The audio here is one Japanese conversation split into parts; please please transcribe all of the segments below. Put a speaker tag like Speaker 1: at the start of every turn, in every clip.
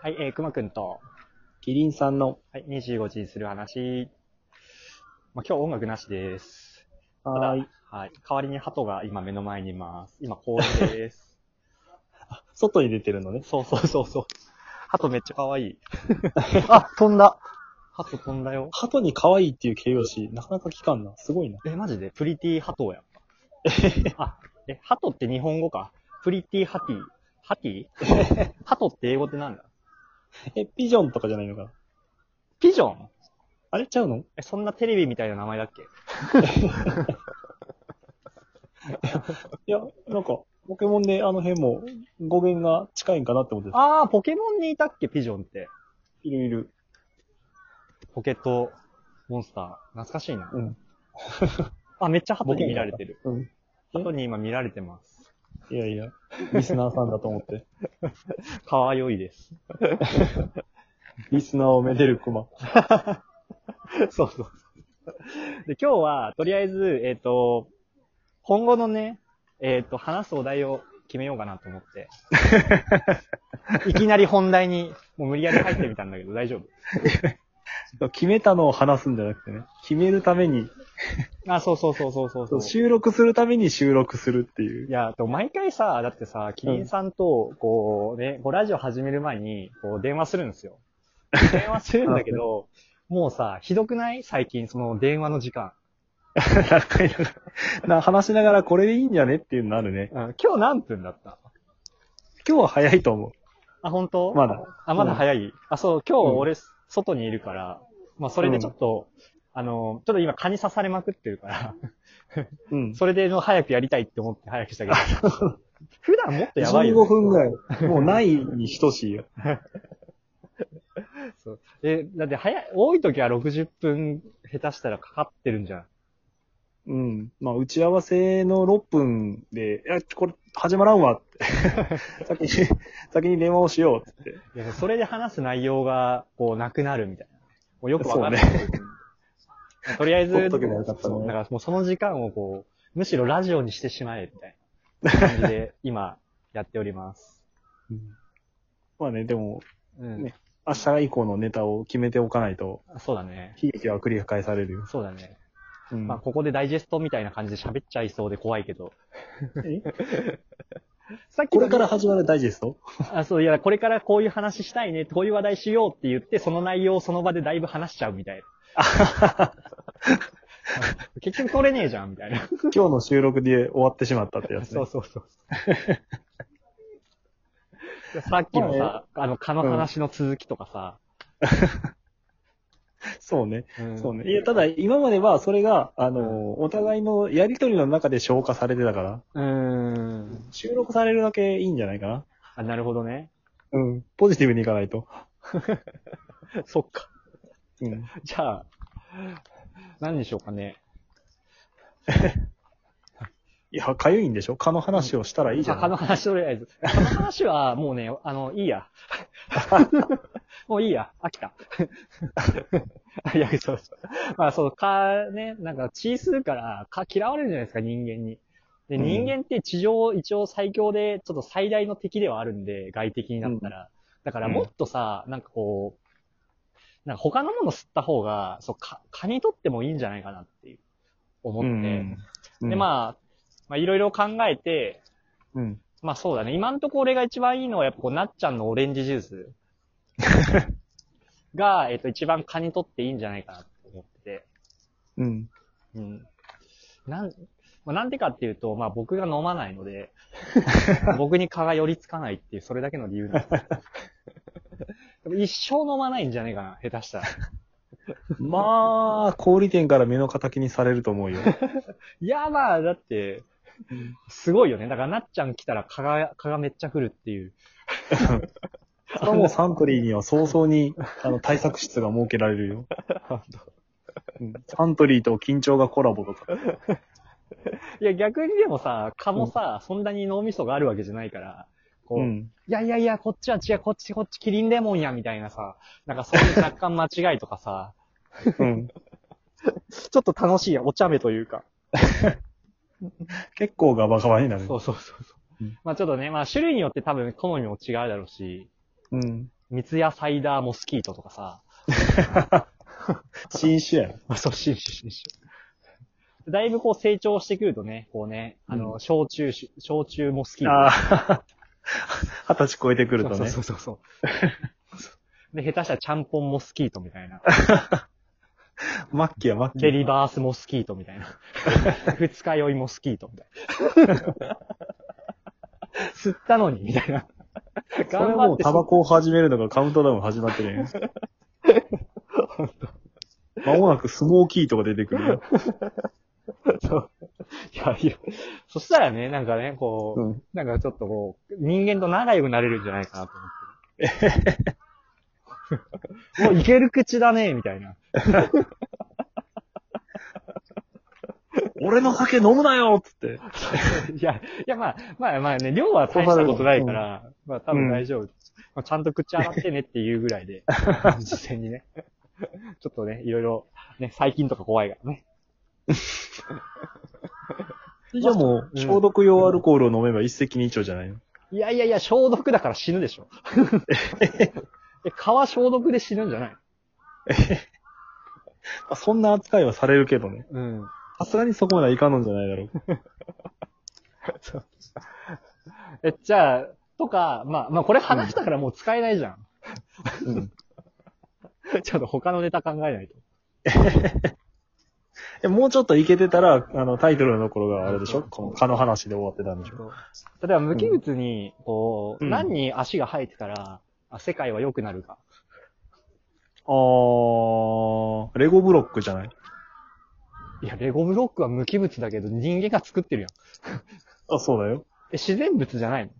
Speaker 1: はい、えー、くまくんと、
Speaker 2: キリンさんの、
Speaker 1: はい、25時にする話。まあ、今日音楽なしです。
Speaker 2: はーい。
Speaker 1: はい。代わりに鳩が今目の前にいます。今、こうです。
Speaker 2: 外に出てるのね。
Speaker 1: そうそうそうそう。 鳩めっちゃ可愛 い。
Speaker 2: あ、飛んだ。
Speaker 1: 鳩飛んだよ。
Speaker 2: 鳩に可愛いっていう形容詞、なかなか聞かんな。すごいな。
Speaker 1: え、マジでプリティハトや。あ、え、ハトって日本語か。プリティハティ。ハテ ィハトって英語ってなんだ
Speaker 2: え、ピジョンとかじゃないのかな
Speaker 1: ピジョン
Speaker 2: あれちゃうの
Speaker 1: え、そんなテレビみたいな名前だっけ
Speaker 2: いや、なんか、ポケモンであの辺も語源が近いんかなって思ってた。
Speaker 1: あー、ポケモンにいたっけピジョンって。
Speaker 2: いるいる。
Speaker 1: ポケットモンスター。懐かしいな。
Speaker 2: うん。
Speaker 1: あ、めっちゃハトに見られてる。
Speaker 2: うん。
Speaker 1: ハトに今見られてます。
Speaker 2: いやいや、リスナーさんだと思って。
Speaker 1: かわよいです。
Speaker 2: リスナーをめでるクマ。
Speaker 1: そうそうそう。で、今日は、とりあえず、えっ、と、今後のね、えっ、と、話すお題を決めようかなと思 って。いきなり本題に、もう無理やり入ってみたんだけど、大丈夫。
Speaker 2: 決めたのを話すんじゃなくてね。決めるために、
Speaker 1: あ、そうそうそうそうそうそう。
Speaker 2: 収録するために収録するってい う
Speaker 1: い。や、でも毎回さ、だってさ、キリンさんと、こうね、こうラジオ始める前に、こう電話するんですよ。電話するんだけど、 もうさ、ひどくない最近、その電話の時間。
Speaker 2: なんかいろいろな話しながらこれでいいんじゃねっていうのあるね。
Speaker 1: うん、今日何分だった
Speaker 2: 今日は早いと思
Speaker 1: あ、本当
Speaker 2: う。まだ。
Speaker 1: あ、まだ早い。あ、そう、今日
Speaker 2: うん
Speaker 1: 俺、外にいるから、まあ、それでちょっと、あの、ちょっと今蚊に刺されまくってるから、
Speaker 2: うん。
Speaker 1: それでの早くやりたいって思って早くしたけど、 普段もっとやばいよ、
Speaker 2: 15分ぐらい。もうないに等しいよ。
Speaker 1: そうえ、だって早い、多い時は60分下手したらかかってるんじゃん。
Speaker 2: うん。まあ、打ち合わせの6分で、いや、これ、始まらんわ って。先に、先に電話をしようってって。
Speaker 1: いやそれで話す内容が、こう、なくなるみたいな。もうよくわかんない。まあとりあえず、
Speaker 2: 取っとけばよかったね
Speaker 1: そうだからもうその時間をこう、むしろラジオにしてしまえ、みたいな感じで、今、やっております。
Speaker 2: まあね、でも、
Speaker 1: うん。
Speaker 2: ね明日以降のネタを決めておかないと、
Speaker 1: そうだね。
Speaker 2: 悲劇は繰り返されるよ。
Speaker 1: そうだね。
Speaker 2: うん。
Speaker 1: まあ、ここでダイジェストみたいな感じで喋っちゃいそうで怖いけど。
Speaker 2: え
Speaker 1: さっき
Speaker 2: こ
Speaker 1: の
Speaker 2: れから始まるダイジェスト
Speaker 1: あ、そう、いや、これからこういう話したいね、こういう話題しようって言って、その内容をその場でだいぶ話しちゃうみたいな。 結局取れねえじゃん、みたいな。
Speaker 2: 今日の収録で終わってしまったってやつ、ね。
Speaker 1: そうそうそう。 さっきのさ、あの、蚊の話の続きとかさ。
Speaker 2: そうね。
Speaker 1: ん
Speaker 2: そうね。いや、ただ、今まではそれが、あの、お互いのやりとりの中で消化されてたか
Speaker 1: う
Speaker 2: ら、
Speaker 1: ーん。
Speaker 2: 収録されるだけいいんじゃないかな。
Speaker 1: あ、なるほどね。
Speaker 2: うん。ポジティブにいかないと。
Speaker 1: そっか。
Speaker 2: うん。
Speaker 1: じゃあ、何にしようかね。
Speaker 2: いや、かゆいんでしょ蚊の話をしたらいいじゃん。
Speaker 1: 蚊の話とりあえ ず。蚊の話はもうね、あの、いいや。もういいや。飽きた。いや、そうそう。まあそう、蚊ね、なんか血吸うから蚊嫌われるじゃないですか、人間に。で、
Speaker 2: うん
Speaker 1: 人間って地上一応最強で、ちょっと最大の敵ではあるんで、外敵になったら。だからもっとさ、なんかこう、なんか他のもの吸った方が、そう、蚊蚊にとってもいいんじゃないかなっていう、思って。で、
Speaker 2: あ、
Speaker 1: まあ、まあいろいろ考えて、
Speaker 2: うん。
Speaker 1: まあそうだね。今んとこ俺が一番いいのは、やっぱこう、なっちゃんのオレンジジュースが、えっと、一番蚊にとっていいんじゃないかなと思ってて。
Speaker 2: うん。
Speaker 1: うん。なん、まあ、なんでかっていうと、まあ僕が飲まないので、僕に蚊が寄りつかないっていう、それだけの理由なんですけど一生飲まないんじゃないかな、下手したら。
Speaker 2: まあ、小売店から目の敵にされると思 うよ。
Speaker 1: いや、まあ、だって、すごいよね。だから、なっちゃん来たら蚊が、蚊がめっちゃ来るっていう。
Speaker 2: それはもうサントリーには早々に、あの、対策室が設けられる よ。うんサントリーと緊張がコラボとか。
Speaker 1: いや、逆にでもさ、蚊もさ、そんなに脳みそがあるわけじゃないから、こう、
Speaker 2: う
Speaker 1: い
Speaker 2: ん。
Speaker 1: やいやいや、こっちは違う、こっちこっちキリンレモンや、みたいなさ、 なんかそういう若干間違いとかさ、
Speaker 2: うん。
Speaker 1: ちょっと楽しいや、お茶目というか。
Speaker 2: 結構ガバガバになる。
Speaker 1: そうそうそうそう。
Speaker 2: うん
Speaker 1: まあちょっとね、まあ種類によって多分好みも違うだろうし、
Speaker 2: うん。
Speaker 1: 三ツ矢サイダーモスキートとかさ、
Speaker 2: 新種やろ。
Speaker 1: まあ、そう、新種、新種。だいぶこう成長してくるとね、こうね、あの、焼酎酒、焼酎モスキート。
Speaker 2: ああ、 二十歳超えてくるとね。
Speaker 1: そうそうそうそう。で、下手したらちゃんぽんモスキートみたいな。
Speaker 2: マッキーはマッキ
Speaker 1: で、
Speaker 2: ー。
Speaker 1: リバースモスキートみたいな。 二日酔いモスキートみたい な。吸ったのに、みたいな。
Speaker 2: それはもうタバコを始めるのがカウントダウン始まってる やん。まもなくスモーキーとか出てくるよ。
Speaker 1: そういやいや。そしたらね、なんかね、こう、
Speaker 2: うん。
Speaker 1: なんかちょっとこう、人間と仲良くなれるんじゃないかなと思って。 もういける口だね、みたいな。
Speaker 2: 俺の酒飲むなよっつって。
Speaker 1: いや、いやまあ、まあまあね、量は大したことないから、まあ多分大丈夫。まあ、ちゃんと口洗ってねっていうぐらい で、事前にね。ちょっとね、いろいろ、ね、細菌とか怖いから ね。
Speaker 2: じゃあもう、消毒用アルコールを飲めば一石二鳥じゃないの
Speaker 1: いやいやいや、消毒だから死ぬで しょ。え、蚊消毒で死ぬんじゃない
Speaker 2: あそんな扱いはされるけどね。
Speaker 1: うん。
Speaker 2: さすがにそこまではいかんのんじゃないだろう。
Speaker 1: え、じゃあ、とか、まあ、まあ、これ話したからもう使えないじゃん。
Speaker 2: うん。
Speaker 1: ちょっと他のネタ考えないと。
Speaker 2: えもうちょっといけてたら、あの、タイトルのところがあれでしょこの蚊の話で終わってたんでしょ
Speaker 1: 例えば無機物に、こう、
Speaker 2: うん
Speaker 1: 何に足が生えてたら、あ世界は良くなるか。
Speaker 2: あー、レゴブロックじゃない
Speaker 1: いや、レゴブロックは無機物だけど、人間が作ってるやん。
Speaker 2: あ、そうだよ。
Speaker 1: え、自然物じゃないの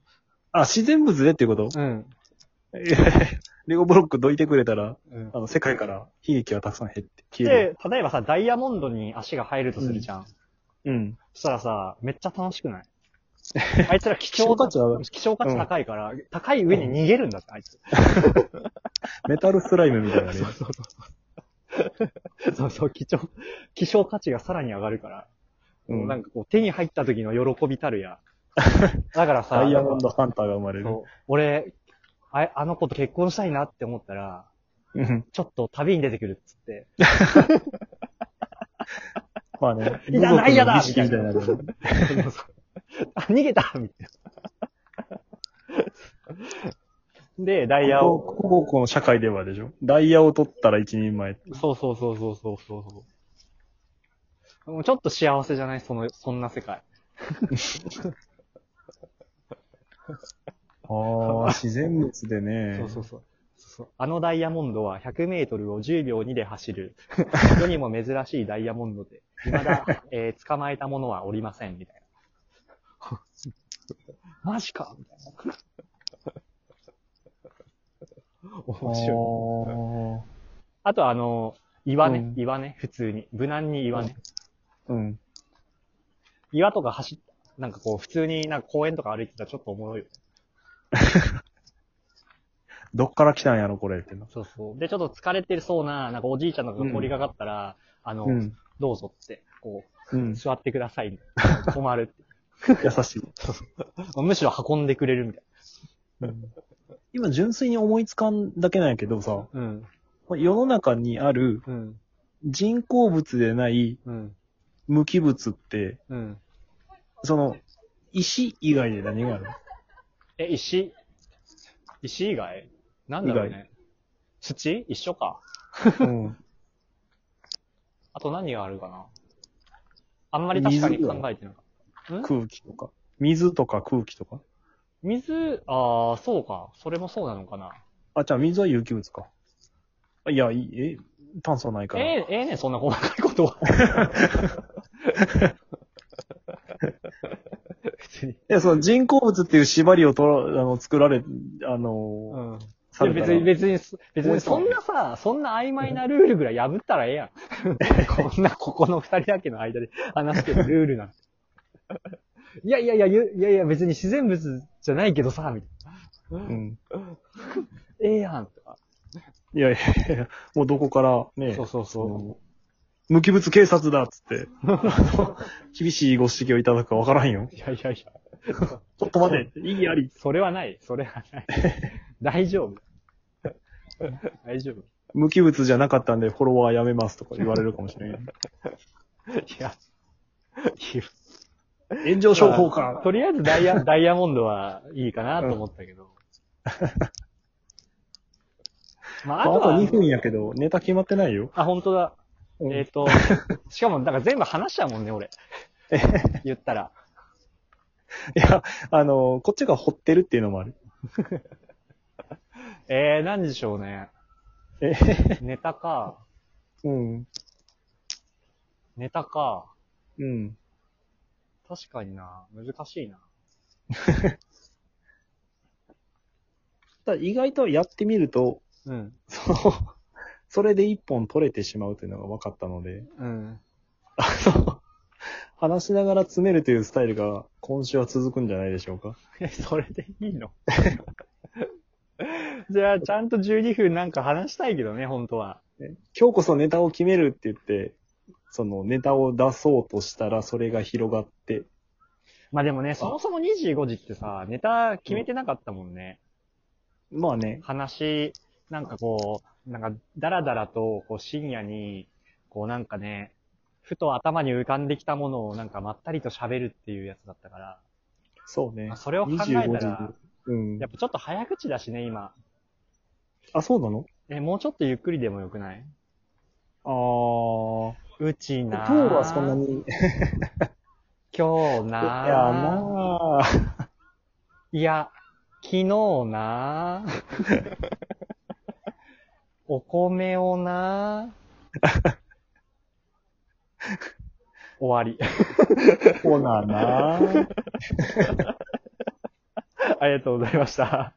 Speaker 2: あ、自然物でっていうこと
Speaker 1: うん。
Speaker 2: いやレゴブロックどいてくれたら、
Speaker 1: うん
Speaker 2: あの、世界から悲劇はたくさん減って、消える。
Speaker 1: で、例えばさ、ダイヤモンドに足が生えるとするじゃん。
Speaker 2: うん。
Speaker 1: そしたらさ、めっちゃ楽しく ないあいつら希少
Speaker 2: 希少価 値ある
Speaker 1: 希少価値高いから、高い上に逃げるんだって、あいつ。
Speaker 2: メタルスライムみたいなね。
Speaker 1: そうそう。 そうそう、希少、希少価値がさらに上がるから、もうなんかこう、手に入った時の喜びたる や。だからさ、
Speaker 2: ダイヤモンドハンターが生まれる。
Speaker 1: そう俺、ああの子と結婚したいなって思ったら、
Speaker 2: うん
Speaker 1: ちょっと旅に出てくるっつって。
Speaker 2: まあね。
Speaker 1: いらないやだ
Speaker 2: 部族の儀式みたいなのね。
Speaker 1: あ、逃げたみたいな。で、 ダイヤ
Speaker 2: こ
Speaker 1: を。
Speaker 2: こ、こここの社会ではでしょダイヤを取ったら一人前。
Speaker 1: そうそうそうそうそうそうそう。もうちょっと幸せじゃないその、そんな世界。
Speaker 2: ああ、自然物でね。
Speaker 1: そうそうそう。そうそうあのダイヤモンドは100メートルを10秒2で走 る。世にも珍しいダイヤモンドで、未 だ、えー捕まえたものはおりません、みたい な。マジかみたいな。 面白い。
Speaker 2: 白
Speaker 1: あとあの、岩ね、
Speaker 2: うん
Speaker 1: 岩ね、普通に。無難に岩ね。
Speaker 2: い。うん。
Speaker 1: 岩とか走っなんかこう、普通になんか公園とか歩いてたらちょっとおもろいよ。
Speaker 2: どっから来たんやろ、これってな。
Speaker 1: そうそう。で、ちょっと疲れてそうな、なんかおじいちゃんとかが通りかかったら、あの、
Speaker 2: うん。
Speaker 1: どうぞって、こう、
Speaker 2: うん。
Speaker 1: 座ってください、 困るって。
Speaker 2: 優しい。
Speaker 1: むしろ運んでくれるみたい
Speaker 2: 今、純粋に思いつかんだけなんやけどさ、
Speaker 1: な。うん。
Speaker 2: 世の中にある
Speaker 1: うん。
Speaker 2: 人工物でない
Speaker 1: うん。
Speaker 2: 無機物って、
Speaker 1: うん。
Speaker 2: その、石以外で何がある
Speaker 1: え、石石以外なんだろうね。土一緒か。
Speaker 2: うん。
Speaker 1: あと何があるかなあんまり確かに考えてなかった。
Speaker 2: 空気とか。水とか空気とか。
Speaker 1: 水、ああ、そうか。それもそうなのかな。
Speaker 2: あ、じゃあ水は有機物か。あいや、いえ、炭素ないから。
Speaker 1: ええええねんそんな細かいことは。普通に。
Speaker 2: いや、その人工物っていう縛りをとら、あの、作られ、あ
Speaker 1: う
Speaker 2: の、
Speaker 1: ん。
Speaker 2: された
Speaker 1: 別
Speaker 2: ら
Speaker 1: に、別にそ、別に、そんなさ、そんな曖昧なルールぐらい破ったらええやん。 こんな、ここの二人だけの間で話してるルールなんて。いやいやいや、ゆいやいや、別に自然物じゃないけどさ、みたい
Speaker 2: うん。
Speaker 1: な。ええやん、とか。
Speaker 2: いやいやいや、もうどこからね、
Speaker 1: そうそうそう。
Speaker 2: う。無機物警察だっつって、 あの厳しいご指摘をいただくかわからんよ。
Speaker 1: いやいやいや、
Speaker 2: ちょっと待て、意義あり。
Speaker 1: それはない、それはない。大丈夫。大丈夫。
Speaker 2: 無機物じゃなかったんでフォロワーやめますとか言われるかもしれない。
Speaker 1: いや、いや
Speaker 2: 炎上商法か。
Speaker 1: とりあえずダイ ヤ、ダイヤモンドはいいかなと思ったけ ど。まあ、
Speaker 2: あ
Speaker 1: あと
Speaker 2: と
Speaker 1: は
Speaker 2: 2分やけど、ネタ決まってないよ。
Speaker 1: あ、本当だ。
Speaker 2: うん
Speaker 1: えっ、 と、しかも、なんか全部話しちゃうもんね、俺。言ったら。
Speaker 2: いや、あの、こっちが掘ってるっていうのもある。
Speaker 1: えー、何でしょうね。
Speaker 2: え、
Speaker 1: ネタか。
Speaker 2: うん。
Speaker 1: ネタか。
Speaker 2: うん。
Speaker 1: 確かにな。難しいな。
Speaker 2: ただ意外とやってみると、
Speaker 1: うん。
Speaker 2: その、それで一本取れてしまうというのが分かったので、
Speaker 1: うん。
Speaker 2: あの、話しながら詰めるというスタイルが今週は続くんじゃないでしょうか。
Speaker 1: え、それでいい のじゃあ、ちゃんと12分なんか話したいけどね、本当は。
Speaker 2: 今日こそネタを決めるって言って、そのネタを出そうとしたらそれが広がって、
Speaker 1: まあでもね、そもそも25時ってさ、ネタ決めてなかったもんね。
Speaker 2: まあね、
Speaker 1: 話、なんかこう、なんか、だらだらと、こう、深夜に、こうなんかね、ふと頭に浮かんできたものをなんかまったりと喋るっていうやつだったから、
Speaker 2: そうね
Speaker 1: まあ。それを考えた
Speaker 2: 25
Speaker 1: ら
Speaker 2: 時、うん
Speaker 1: や。っぱちょっと早口だしね、今。
Speaker 2: あ、そうなの
Speaker 1: え、もうちょっとゆっくりでもよくない
Speaker 2: あ
Speaker 1: うちな
Speaker 2: あ。
Speaker 1: ぁ
Speaker 2: 今日はそんなに、い
Speaker 1: 今日
Speaker 2: や、
Speaker 1: なぁ
Speaker 2: まあ、
Speaker 1: いや、昨日なぁ お米をな ぁ終わ
Speaker 2: コーナーなー。
Speaker 1: り。ありがとうございました。